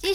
积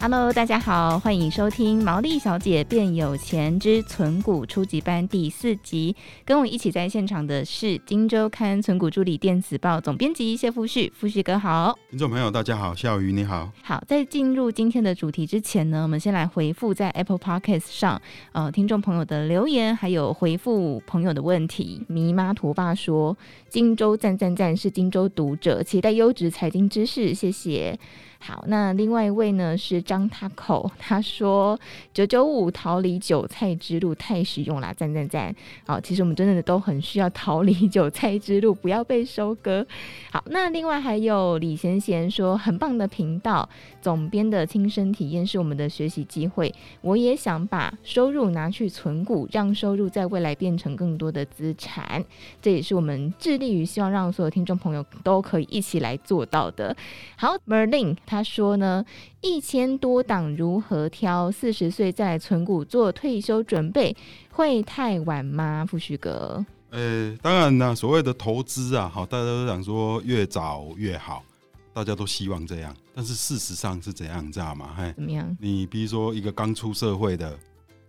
Hello，大家好，欢迎收听《毛利小姐变有钱之存股初级班》第四集。跟我一起在现场的是《金周刊》存股助理电子报总编辑谢富旭，富旭哥好。听众朋友，大家好，笑鱼你好。好，在进入今天的主题之前呢，我们先来回复在 Apple Podcast 上呃听众朋友的留言，还有回复朋友的问题。迷妈图爸说：“荆州赞赞赞是荆州读者，期待优质财经知识，谢谢。”好，那另外一位呢是张他口，他说九九五逃离韭菜之路太实用啦，赞赞赞！好，其实我们真的都很需要逃离韭菜之路，不要被收割。好，那另外还有李贤贤说很棒的频道，总编的亲身体验是我们的学习机会，我也想把收入拿去存股，让收入在未来变成更多的资产，这也是我们致力于希望让所有听众朋友都可以一起来做到的。好，Merlin 他说呢，一千多档如何挑？四十岁再来存股做退休准备，会太晚吗？富旭哥，呃，当然啦，所谓的投资啊，好，大家都想说越早越好，大家都希望这样。但是事实上是怎样，你知道吗？嘿，怎么样？你比如说一个刚出社会的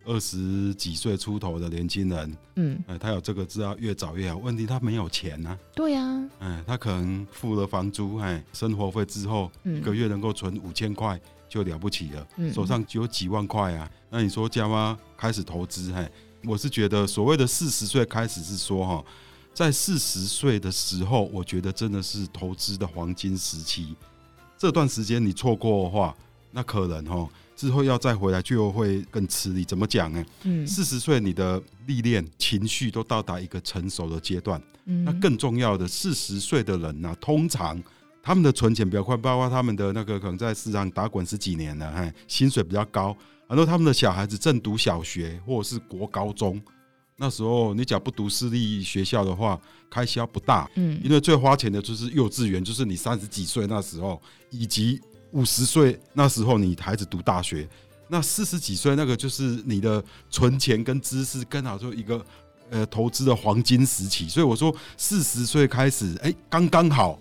二十几岁出头的年轻人，嗯，呃，他有这个知道越早越好，问题他没有钱呐、对啊，啊，哎，他可能付了房租，哎，生活费之后，嗯一个月能够存五千块就了不起了，嗯手上只有几万块啊。那你说加妈开始投资，嘿，我是觉得所谓的四十岁开始是说哈，在四十岁的时候，我觉得真的是投资的黄金时期。这段时间你错过的话，那可能哈之后要再回来就会更吃力。怎么讲呢？嗯四十岁你的历练、情绪都到达一个成熟的阶段。嗯那更重要的，四十岁的人呢、通常他们的存钱比较快，包括他们的那个可能在市场打滚十几年了，哎，薪水比较高。啊然后他们的小孩子正读小学或者是国高中，那时候你假如不读私立学校的话，开销不大，嗯因为最花钱的就是幼稚园，就是你三十几岁那时候，以及五十岁那时候你孩子读大学。那四十几岁那个就是你的存钱跟知识更好，就一个呃投资的黄金时期。所以我说四十岁开始，哎、刚刚好，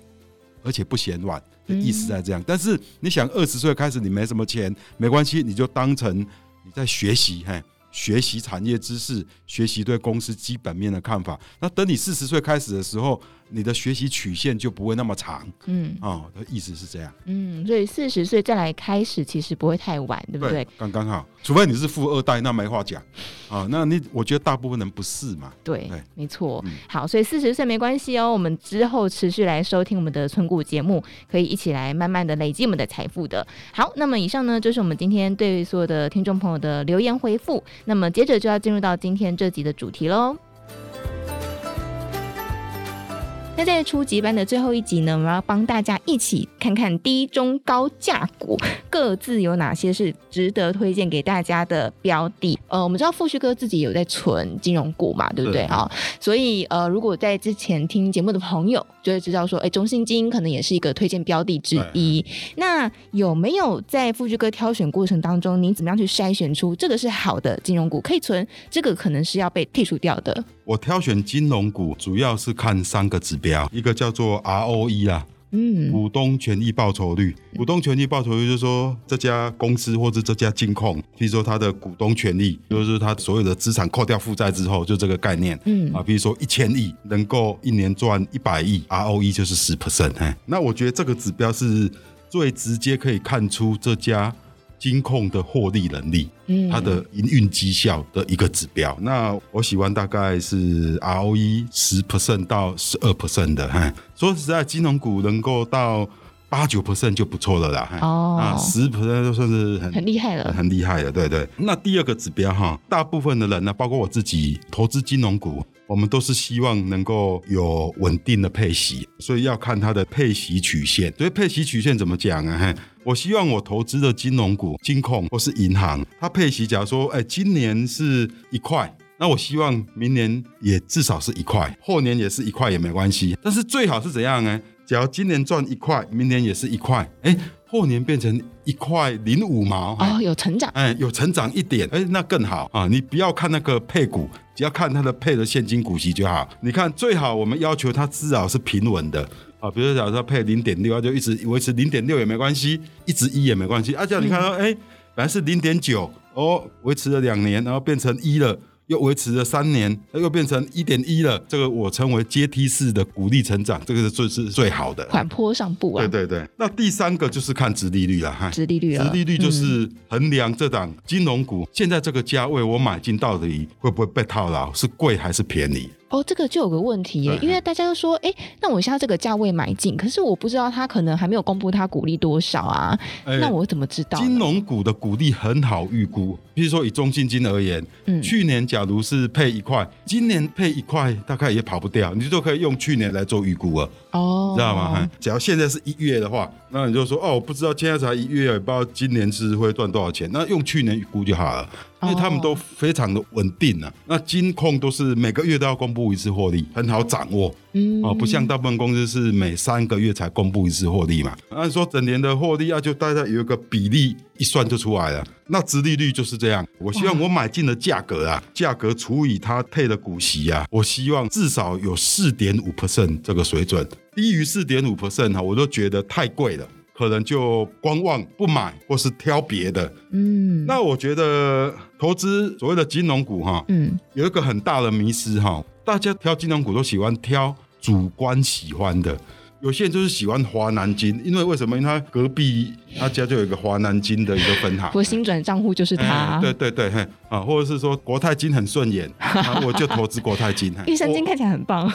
而且不嫌晚。嗯意思在这样，但是你想二十岁开始你没什么钱，没关系，你就当成你在学习，嘿，学习产业知识，学习对公司基本面的看法。那等你四十岁开始的时候，你的学习曲线就不会那么长嗯哦。意思是这样，嗯，所以四十岁再来开始，其实不会太晚，对不对？，刚刚好。除非你是富二代，那没话讲啊、那你我觉得大部分人不是嘛，对，对没错。嗯好，所以四十岁没关系哦，我们之后持续来收听我们的存股节目，可以一起来慢慢的累积我们的财富的。好，那么以上呢就是我们今天对所有的听众朋友的留言回复。那么接着就要进入到今天这集的主题喽。那在初级班的最后一集呢，我们要帮大家一起看看低、中、高价股各自有哪些是值得推荐给大家的标的。呃，我们知道富旭哥自己有在存金融股嘛，对不对对啊、所以呃，如果在之前听节目的朋友就会知道说，哎，中信金可能也是一个推荐标的哎之一。那有没有在富旭哥挑选过程当中，你怎么样去筛选出这个是好的金融股可以存，这个可能是要被剔除掉的？我挑选金融股主要是看三个指标，一个叫做 ROE 啊，嗯股东权益报酬率。股东权益报酬率就是说这家公司或者这家金控，比如说它的股东权益，就是它所有的资产扣掉负债之后，就这个概念。嗯啊，比如说一千亿能够一年赚一百亿，ROE 就是十 percent。哎，那我觉得这个指标是最直接可以看出这家金控的获利能力。嗯它的营运绩效的一个指标。那我喜欢大概是 ROE 十 percent 到十二 percent 的，哈。说实在，金融股能够到八九 percent 就不错了啦，哈。哦那十 percent 就算是很很厉害了。很厉害的，对对。那第二个指标哈，大部分的人呢，包括我自己，投资金融股，我们都是希望能够有稳定的配息，所以要看它的配息曲线。所以配息曲线怎么讲啊？嘿，我希望我投资的金融股、金控或是银行，它配息，假如说，哎，今年是一块。那我希望明年也至少是一块，后年也是一块也没关系。但是最好是怎样呢？只要今年赚一块，明年也是一块，哎，后年变成一块零五毛，哎哦，有成长，哎，有成长一点，哎，那更好啊！你不要看那个配股，只要看它的配的现金股息就好。你看，最好我们要求它至少是平稳的啊，比如说假设配零点六，它就一直维持零点六也没关系，一直一也没关系。啊，这样你看到，哎、本来是零点九，哦，维持了两年，然后变成一了。又维持了三年，又变成一点一了。这个我称为阶梯式的鼓励成长，这个是最是最好的。缓坡上步啊对，对对，那第三个就是看殖利率了，哈，殖利率了，嗯殖利率就是衡量这档金融股现在这个价位我买进到底会不会被套牢，是贵还是便宜？哦，这个就有个问题耶，对因为大家都说，哎，那我现在这个价位买进，可是我不知道他可能还没有公布他股利多少啊，哎那我怎么知道呢？金融股的股利很好预估，比如说以中信金而言，嗯去年假如是配一块，今年配一块大概也跑不掉，你就可以用去年来做预估了。哦，知道吗？哎？只要现在是一月的话，那你就说哦，我不知道现在才一月，也不知道今年是会赚多少钱。那用去年预估就好了，因为他们都非常的稳定啊。那金控都是每个月都要公布一次获利，很好掌握嗯哦，不像大部分公司是每三个月才公布一次获利嘛。按说整年的获利啊，就大概有一个比例一算就出来了。那殖利率就是这样，我希望我买进的价格啊，价格除以它配的股息啊，我希望至少有四点五 percent 这个水准，低于四点五 percent 哈，我都觉得太贵了。可能就观望不买，或是挑别的。嗯，那我觉得投资所谓的金融股哈、嗯有一个很大的迷失哈，大家挑金融股都喜欢挑主观喜欢的，有些人就是喜欢华南金，因为为什么？因为他隔壁他家就有一个华南金的一个分行。我新转账户就是哎他，对对对，嘿啊，或者是说国泰金很顺眼，啊我就投资国泰金。嘿玉山金看起来很棒，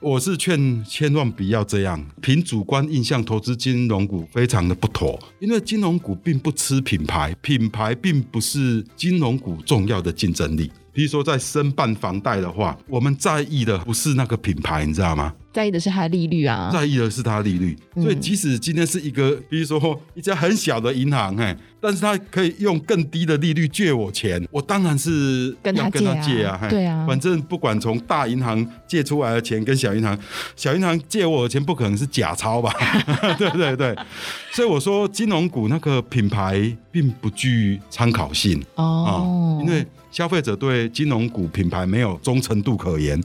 我是劝千万不要这样，凭主观印象投资金融股非常的不妥，因为金融股并不吃品牌，品牌并不是金融股重要的竞争力。比如说在申办房贷的话，我们在意的不是那个品牌，你知道吗？ 在意的是它的利率啊，在意的是它利率。嗯所以即使今天是一个，比如说一家很小的银行，嘿，但是它可以用更低的利率借我钱，我当然是跟他要跟他借借啊啊，嘿对啊反正不管从大银行借出来的钱跟小银行，小银行借我的钱不可能是假钞吧？ 对对对，所以我说金融股那个品牌并不具参考性啊、哦，因为消费者对金融股品牌没有忠诚度可言，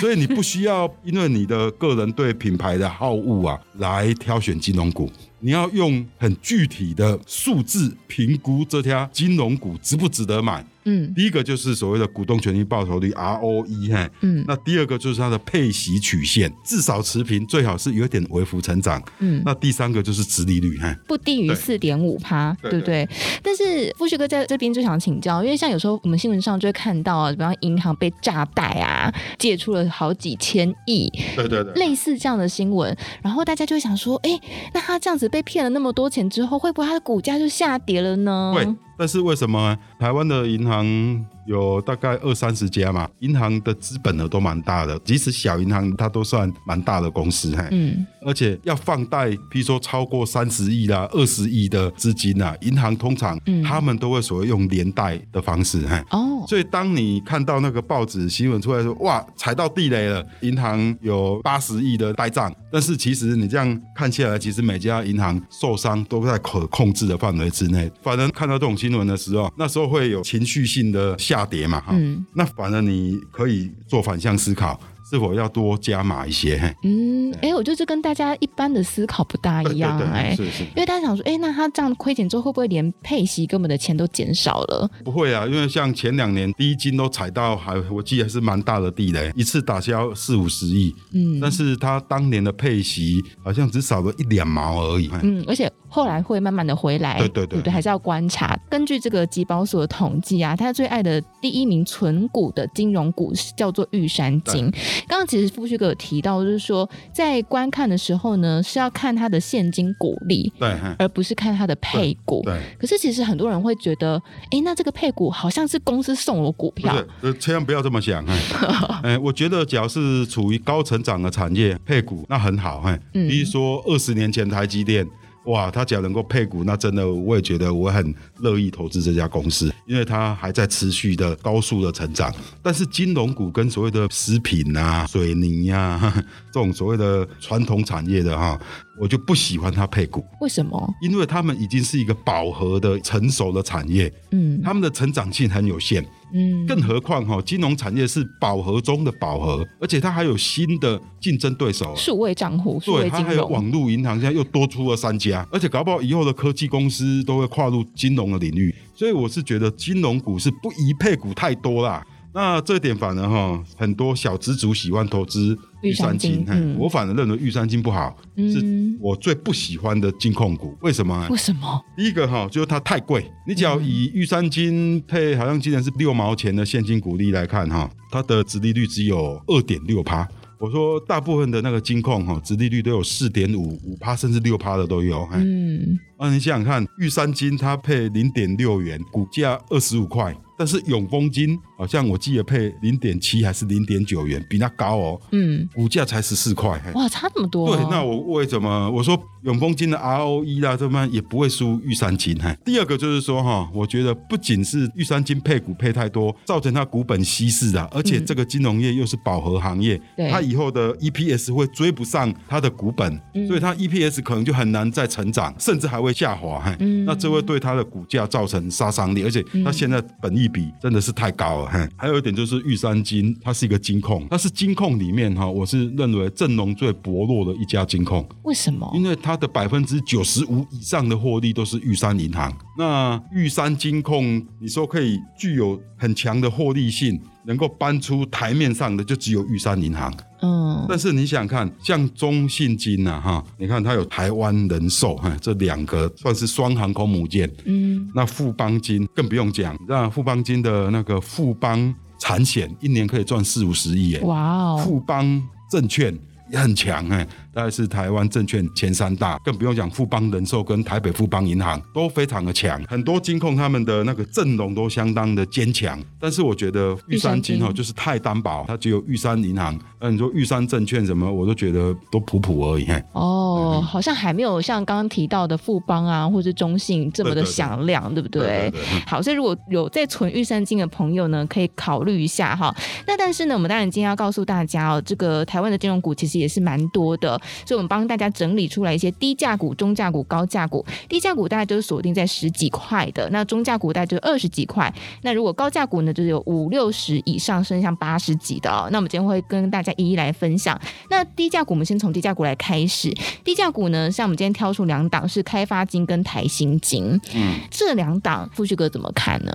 所以你不需要因为你的个人对品牌的好恶啊来挑选金融股。你要用很具体的数字评估这家金融股值不值得买。嗯第一个就是所谓的股东权益报酬率 ROE，嘿，嗯那第二个就是它的配息曲线至少持平，最好是有点微幅成长。嗯，那第三个就是殖利率，嘿，不低于对四点五趴，对对不对？但是富旭哥在这边就想请教，因为像有时候我们新闻上就会看到啊，比方银行被炸贷啊，借出了好几千亿，对对对。类似这样的新闻，然后大家就会想说，哎，那他这样子被骗了那么多钱之后，会不会他的股价就下跌了呢？会，但是为什么台湾的银行有大概二三十家嘛？银行的资本额都蛮大的，即使小银行它都算蛮大的公司，嘿，嗯，而且要放贷，譬如说超过三十亿啦、二十亿的资金啦，银行通常嗯他们都会所谓用连带的方式，嘿。哦，所以，当你看到那个报纸新闻出来说，哇，踩到地雷了，银行有八十亿的呆账，但是其实你这样看下来，其实每家银行受伤都在可控制的范围之内。反正看到这种新闻的时候，那时候会有情绪性的下跌嘛，哈、嗯那反而你可以做反向思考，是否要多加码一些？嘿嗯，哎，我觉得这跟大家一般的思考不大一样，哎。是是。因为大家想说，哎、那他这样亏钱之后，会不会连配息跟我们的钱都减少了？不会啊，因为像前两年第一金都踩到还，我记得还是蛮大的地雷，一次打消四五十亿。嗯但是它当年的配息好像只少了一两毛而已。嗯，而且后来会慢慢的回来，对对对不还是要观察。根据这个集保所的统计啊，他最爱的第一名存股的金融股是叫做玉山金。刚刚其实富旭哥有提到，就是说在观看的时候呢，是要看它的现金股利，对，嘿而不是看它的配股。对，可是其实很多人会觉得，哎，那这个配股好像是公司送我股不票是，呃，千万不要这 么想。嘿哎，我觉得只要是处于高成长的产业，配股那很好。哎，嗯比如说二十年前台积电。哇，它只要能够配股，那真的我也觉得我很乐意投资这家公司，因为它还在持续的高速的成长。但是金融股跟 所谓的食品啊、水泥啊这种所谓的传统产业的哈、我就不喜欢它配股，为什么？因为他们已经是一个饱和的成熟的产业，嗯他们的成长性很有限。嗯，更何况哈、金融产业是饱和中的饱和，而且它还有新的竞争对手。啊数位账户、数对，位它金还有融，网络银行，现在又多出了三家，而且搞不好以后的科技公司都会跨入金融的领域，所以我是觉得金融股是不宜配股太多啦。那这点反而哈，很多小资族喜欢投资玉玉山山金嗯金，嘿嗯我反而认为玉山金不好，是我最不喜欢的金控股。为什么呢？为什么？第一个哈，就是它太贵。你只要以玉山金配，好像今年是六毛钱的现金股利来看哈，它的殖利率只有二点六趴。我说大部分的那个金控哈，殖利率都有四点五、五趴甚至六趴的都有。嗯，嗯，那你想想看，玉山金它配零点六元，股价二十五块，但是永丰金好像我记得配零点七还是零点九元，比它高哦，嗯，股价才十四块。嘿哇，差这么多哦、对，那我为什么我说永丰金的 ROE 啦，这么也不会输玉山金？哈，第二个就是说哈，我觉得不仅是玉山金配股配太多，造成它股本稀释啊，而且这个金融业又是饱和行业，对它以后的 EPS 会追不上它的股本，所以它 EPS 可能就很难再成长，甚至还会下滑。哈、那这会对它的股价造成杀伤力，而且它现在本益比真的是太高了。哈、还有一点就是玉山金，它是一个金控，它是金控里面哈，我是认为阵容最薄弱的一家金控。为什么？因为它的百分之九十五以上的获利都是玉山银行。那玉山金控，你说可以具有很强的获利性，能够搬出台面上的，就只有玉山银行。嗯，但是你想看，像中信金呐、哈，你看它有台湾人寿哈，这两个算是双航空母舰。嗯，那富邦金更不用讲，那富邦金的那个富邦产险一年可以赚四五十亿耶。哇哦，富邦证券也很强哎、大概是台湾证券前三大，更不用讲富邦人寿跟台北富邦银行都非常的强，很多金控他们的那个阵容都相当的坚强。但是我觉得玉山金玉山哦，金就是太单薄，它只有玉山银行，那你说玉山证券什么，我都觉得都普普而已。嘿嗯哦，好像还没有像刚刚提到的富邦啊，或是中信这么的响亮，对不对？对好，所以如果有在存预算金的朋友呢，可以考虑一下哈。那但是呢，我们当然今天要告诉大家哦，这个台湾的金融股其实也是蛮多的，所以我们帮大家整理出来一些低价股、中价股、高价股。低价股大概就是锁定在十几块的，那中价股大概就是二十几块，那如果高价股呢，就是有五六十以上升向八十几的哦。那我们今天会跟大家一一来分享。那低价股，我们先从低价股来开始。低价股呢，像我们今天挑出两档是开发金跟台新金，嗯，这两档富旭哥怎么看呢？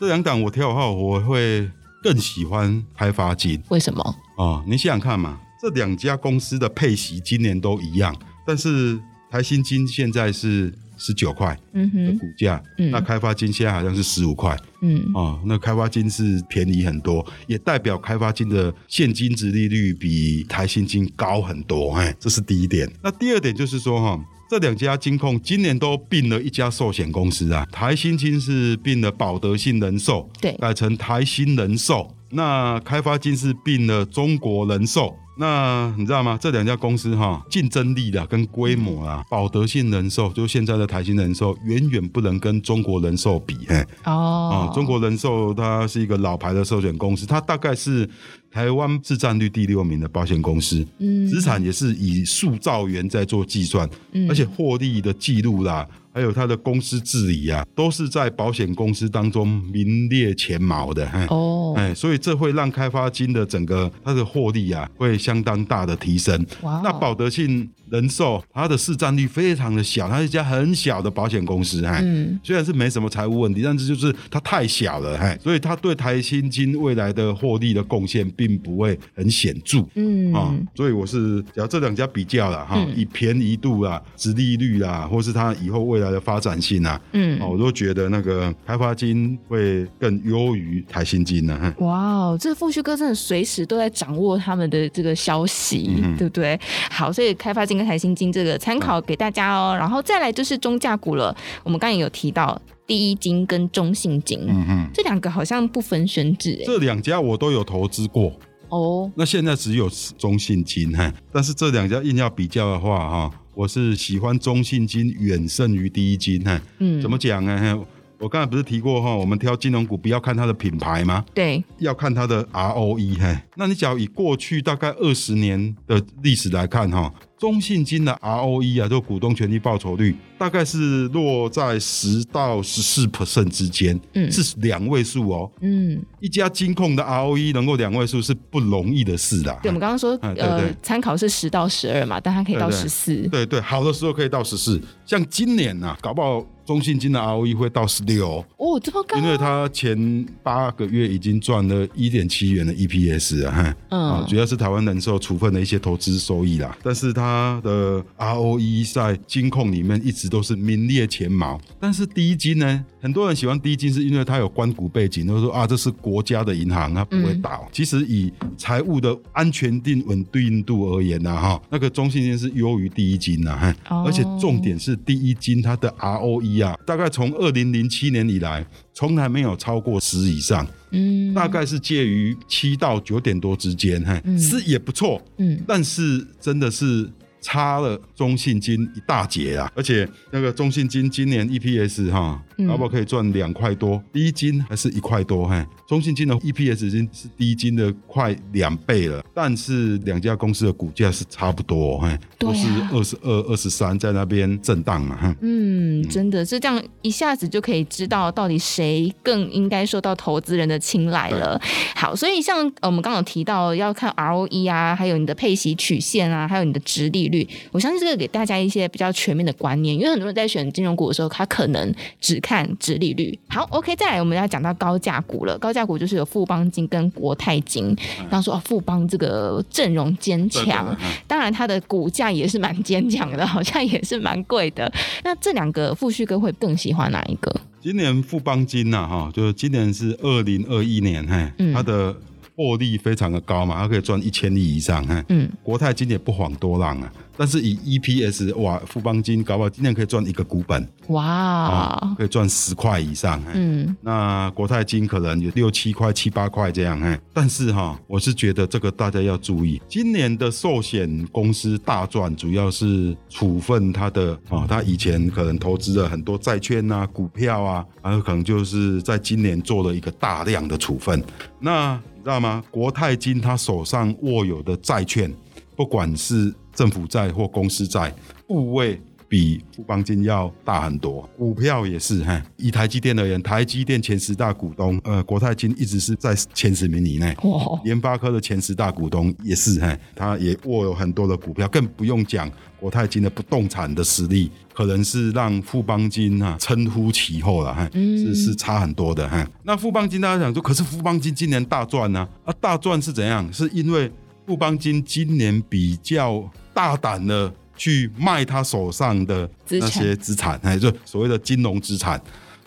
这两档我挑号，我会更喜欢开发金。为什么？哦，你想想看嘛，这两家公司的配息今年都一样，但是台新金现在是十九块嗯的哼，股价，嗯那开发金现在好像是十五块嗯哦，那开发金是便宜很多，也代表开发金的现金值利率比台新金高很多，哎，这是第一点。那第二点就是说哈、这两家金控今年都并了一家寿险公司啊，台新金是并了保德信人寿，对改成台新人寿。那开发金是并了中国人寿。那你知道吗？这两家公司哈，竞争力啦跟规模嗯啦，保德信人寿就现在的台新人寿，远远不能跟中国人寿比。嘿，啊、哦，中国人寿它是一个老牌的寿险公司，它大概是台湾市占率第六名的保险公司，嗯资产也是以数兆元在做计算，嗯而且获利的记录啦，还有它的公司治理啊，都是在保险公司当中名列前茅的。嘿哦，哎，所以这会让开发金的整个它的获利啊，会相当大的提升。哇哦，那保德信人寿它的市占率非常的小，它是一家很小的保险公司，哎，嗯虽然是没什么财务问题，但是就是它太小了，哎，所以它对台新金未来的获利的贡献并不会很显著。嗯啊、所以我是只要这两家比较了哈，嗯以便宜度啊、殖利率啊，或是它以后未来的发展性啊，嗯哦，我都觉得那个开发金会更优于台新金呢、啊。嘿哇哦，这富旭哥真的随时都在掌握他们的这个消息，嗯对不对？好，所以开发金跟台新金这个参考给大家哦。然后再来就是中价股了，我们刚才有提到第一金跟中信金、嗯哼。这两个好像不分轩制哎。这两家我都有投资过，哦，那现在只有中信金哈，但是这两家硬要比较的话哈，我是喜欢中信金远胜于第一金哈。嗯，怎么讲呢？嘿我刚才不是提过哈，我们挑金融股不要看它的品牌吗？对？要看它 E，的 ROE 嘿。那你只要以过去大概二十年的历史来看哈，中信金的 ROE 啊，就股东权益报酬率，大概是落在十到十四 percent 之间，嗯是两位数哦。嗯，一家金控的 ROE 能够两位数是不容易的事啦。对，我们刚刚说，啊对呃对，参考是十到十二嘛，但它可以到对对十四。对对，好的时候可以到十四，像今年呐、啊，搞不好中信金的 ROE 会到十六，哦，这么高因，为它前八个月已经赚了一点七元的 EPS 啊，哈，啊，主嗯，要是台湾人寿处分的一些投资收益啦。但是它的 ROE 在金控里面一直都是名列前茅。但是低金呢，很多人喜欢低金是因为它有关股背景，都说啊这是国家的银行，它不会倒。其实以财务的安全定稳定度而言呢、哈，那个中信金是优于第一金呐、哈。哦而且重点是第一金它的 ROE 啊，大概从二零零七年以来，从来没有超过十以上。嗯，大概是介于七到九点多之间，嘿，嗯是也不错，嗯，但是真的是差了中信金一大截啊！而且那个中信金今年 EPS 哈，嗯搞不好可以赚两块多，第一金还是一块多，嘿，中信金的 EPS 已经是第一金的快两倍了，但是两家公司的股价是差不多，嘿，对啊都是二十二、二十三在那边震荡嘛，嘿。嗯，真的是这样，一下子就可以知道到底谁更应该受到投资人的青睐了。好，所以像呃我们刚刚有提到要看 ROE 啊，还有你的配息曲线啊，还有你的值利率，我相信这个给大家一些比较全面的观念，因为很多人在选金融股的时候，他可能只看值利率。好，OK，再来我们要讲到高价股了，高价股就是有富邦金跟国泰金，刚刚说哦，富邦这个阵容坚强，当然它的股价也是蛮坚强的，好像也是蛮贵的。那这两个富旭哥会更喜欢哪一个？今年富邦金呐，哈，就是今年是二零二一年，嘿，嗯它的获利非常的高嘛，它可以赚一千亿以上，嘿，嗯，国泰金也不遑多让啊。但是以 EPS，哇，富邦金搞不好今年可以赚一个股本哦哇，可以赚十块以上，嘿。嗯那国泰金可能有六七块、七八块这样，嘿，但是哈、我是觉得这个大家要注意，今年的寿险公司大赚，主要是处分它的哦，它以前可能投资了很多债券啊、股票啊，还有可能就是在今年做了一个大量的处分。那你知道吗？国泰金它手上握有的债券，不管是政府债或公司债，部位比富邦金要大很多，股票也是哈。以台积电而言，台积电前十大股东，呃，国泰金一直是在前十名以内。哇，联发科的前十大股东也是哈，他也握有很多的股票，更不用讲国泰金的不动产的实力，可能是让富邦金啊称呼其后了哈，嗯是是差很多的哈。那富邦金大家想说，可是富邦金今年大赚呢、啊，大赚是怎样？是因为富邦金今年比较大胆的去卖他手上的资那产些资产，哎，就所谓的金融资产。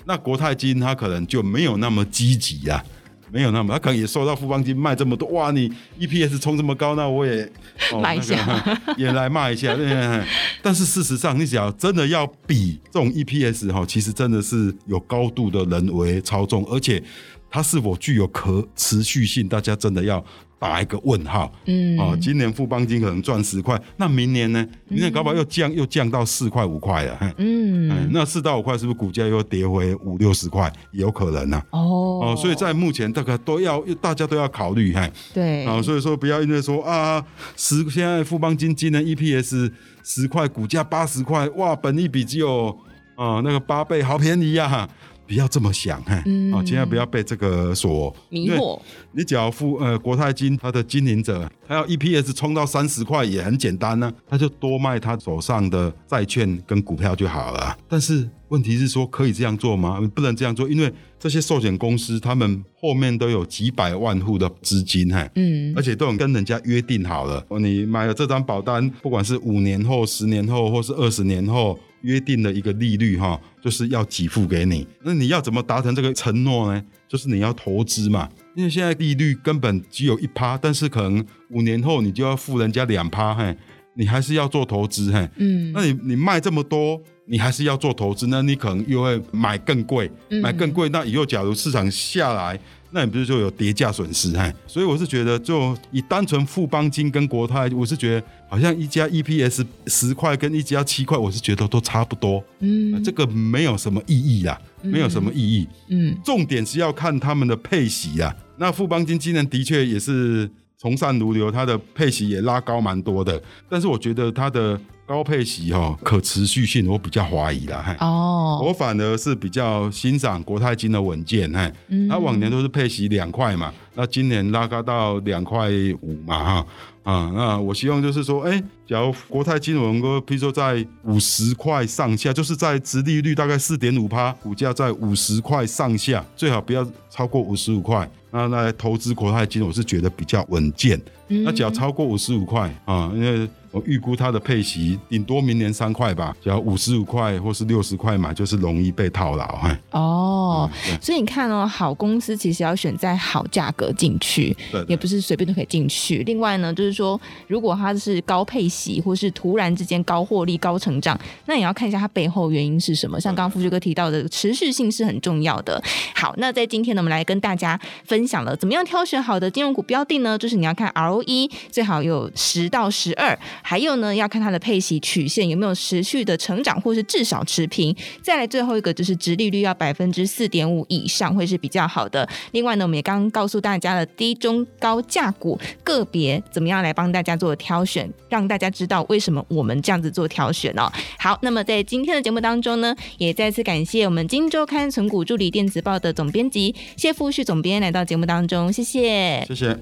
那国泰金它可能就没有那么积极啊，没有那么，它可能也受到富邦金卖这么多，哇，你 EPS 冲这么高，那我也、哦买一下那个 也来卖 一下。对对对但是事实上，你只要真的要比这种 EPS 哈，其实真的是有高度的人为操纵，而且它是否具有可持续性，大家真的要打一个问号。嗯，哦，今年富邦金可能赚十块，那明年呢？明年搞不好又降，又降到四块五块了。嘿嗯嗯，那四到五块是不是股价又跌回五六十块？有可能呐、哦哦，所以在目前大概都要大家都要考虑，嘿，对，啊、所以说不要因为说啊，十现在富邦金今年 EPS 十块，股价八十块，哇，本益比只有啊、那个八倍，好便宜呀、不要这么想，嘿，嗯啊，千万不要被这个所迷。因为惑，你只要付呃国泰金它的经营者，他要 EPS 冲到三十块也很简单呢、他就多卖他手上的债券跟股票就好了啊、但是问题是说可以这样做吗？不能这样做，因为这些寿险公司他们后面都有几百万户的资金，嘿，嗯而且都有跟人家约定好了，哦你买了这张保单，不管是五年后、十年后，或是二十年后，约定的一个利率哈，就是要给付给你。那你要怎么达成这个承诺呢？就是你要投资嘛，因为现在利率根本只有一趴，但是可能五年后你就要付人家两趴，嘿，你还是要做投资，嘿，嗯那你你卖这么多，你还是要做投资，那你可能又会买更贵，嗯买更贵，那以后假如市场下来，那你不是就有跌价损失？哎，所以我是觉得，就以单纯富邦金跟国泰，我是觉得好像一家 EPS 十块跟一家七块，我是觉得都差不多，呃嗯这个没有什么意义啦，没有什么意义。嗯重点是要看他们的配息啊。那富邦金今年的确也是从善如流，它的配息也拉高蛮多的。但是我觉得它的高配息哈、哦、可持续性，我比较怀疑啦。嘿哦，我反而是比较欣赏国泰金的稳健，嘿，嗯那往年都是配息两块嘛，那今年拉高到两块五嘛，哈。啊，那我希望就是说，哎、假如国泰金能够，譬如说在五十块上下，就是在殖利率大概四点五趴，股价在五十块上下，最好不要超过五十五块。那来投资国泰金，我是觉得比较稳健。嗯那只要超过五十五块啊，因为我预估它的配息顶多明年三块吧，只要五十五块或是六十块买，就是容易被套牢。嘿哦，，嗯所以你看哦，好公司其实要选在好价格进去，对对对也不是随便都可以进去。另外呢，就是说，如果它是高配息，或是突然之间高获利、高成长，那也要看一下它背后原因是什么。像刚刚富士哥提到的，持续性是很重要的。好，那在今天呢，我们来跟大家分享了怎么样挑选好的金融股标的呢？就是你要看 ROE 最好有十到十二，还有呢要看它的配息曲线有没有持续的成长，或是至少持平。再来最后一个就是殖利率要百分之四点五以上会是比较好的。另外呢，我们也刚刚告诉大家了低、中、高价股个别怎么样来帮大家做挑选，让大家知道为什么我们这样子做挑选哦。好，那么在今天的节目当中呢，也再次感谢我们《金周刊》存股助理电子报的总编辑谢富旭总编来到节目当中，谢谢谢谢。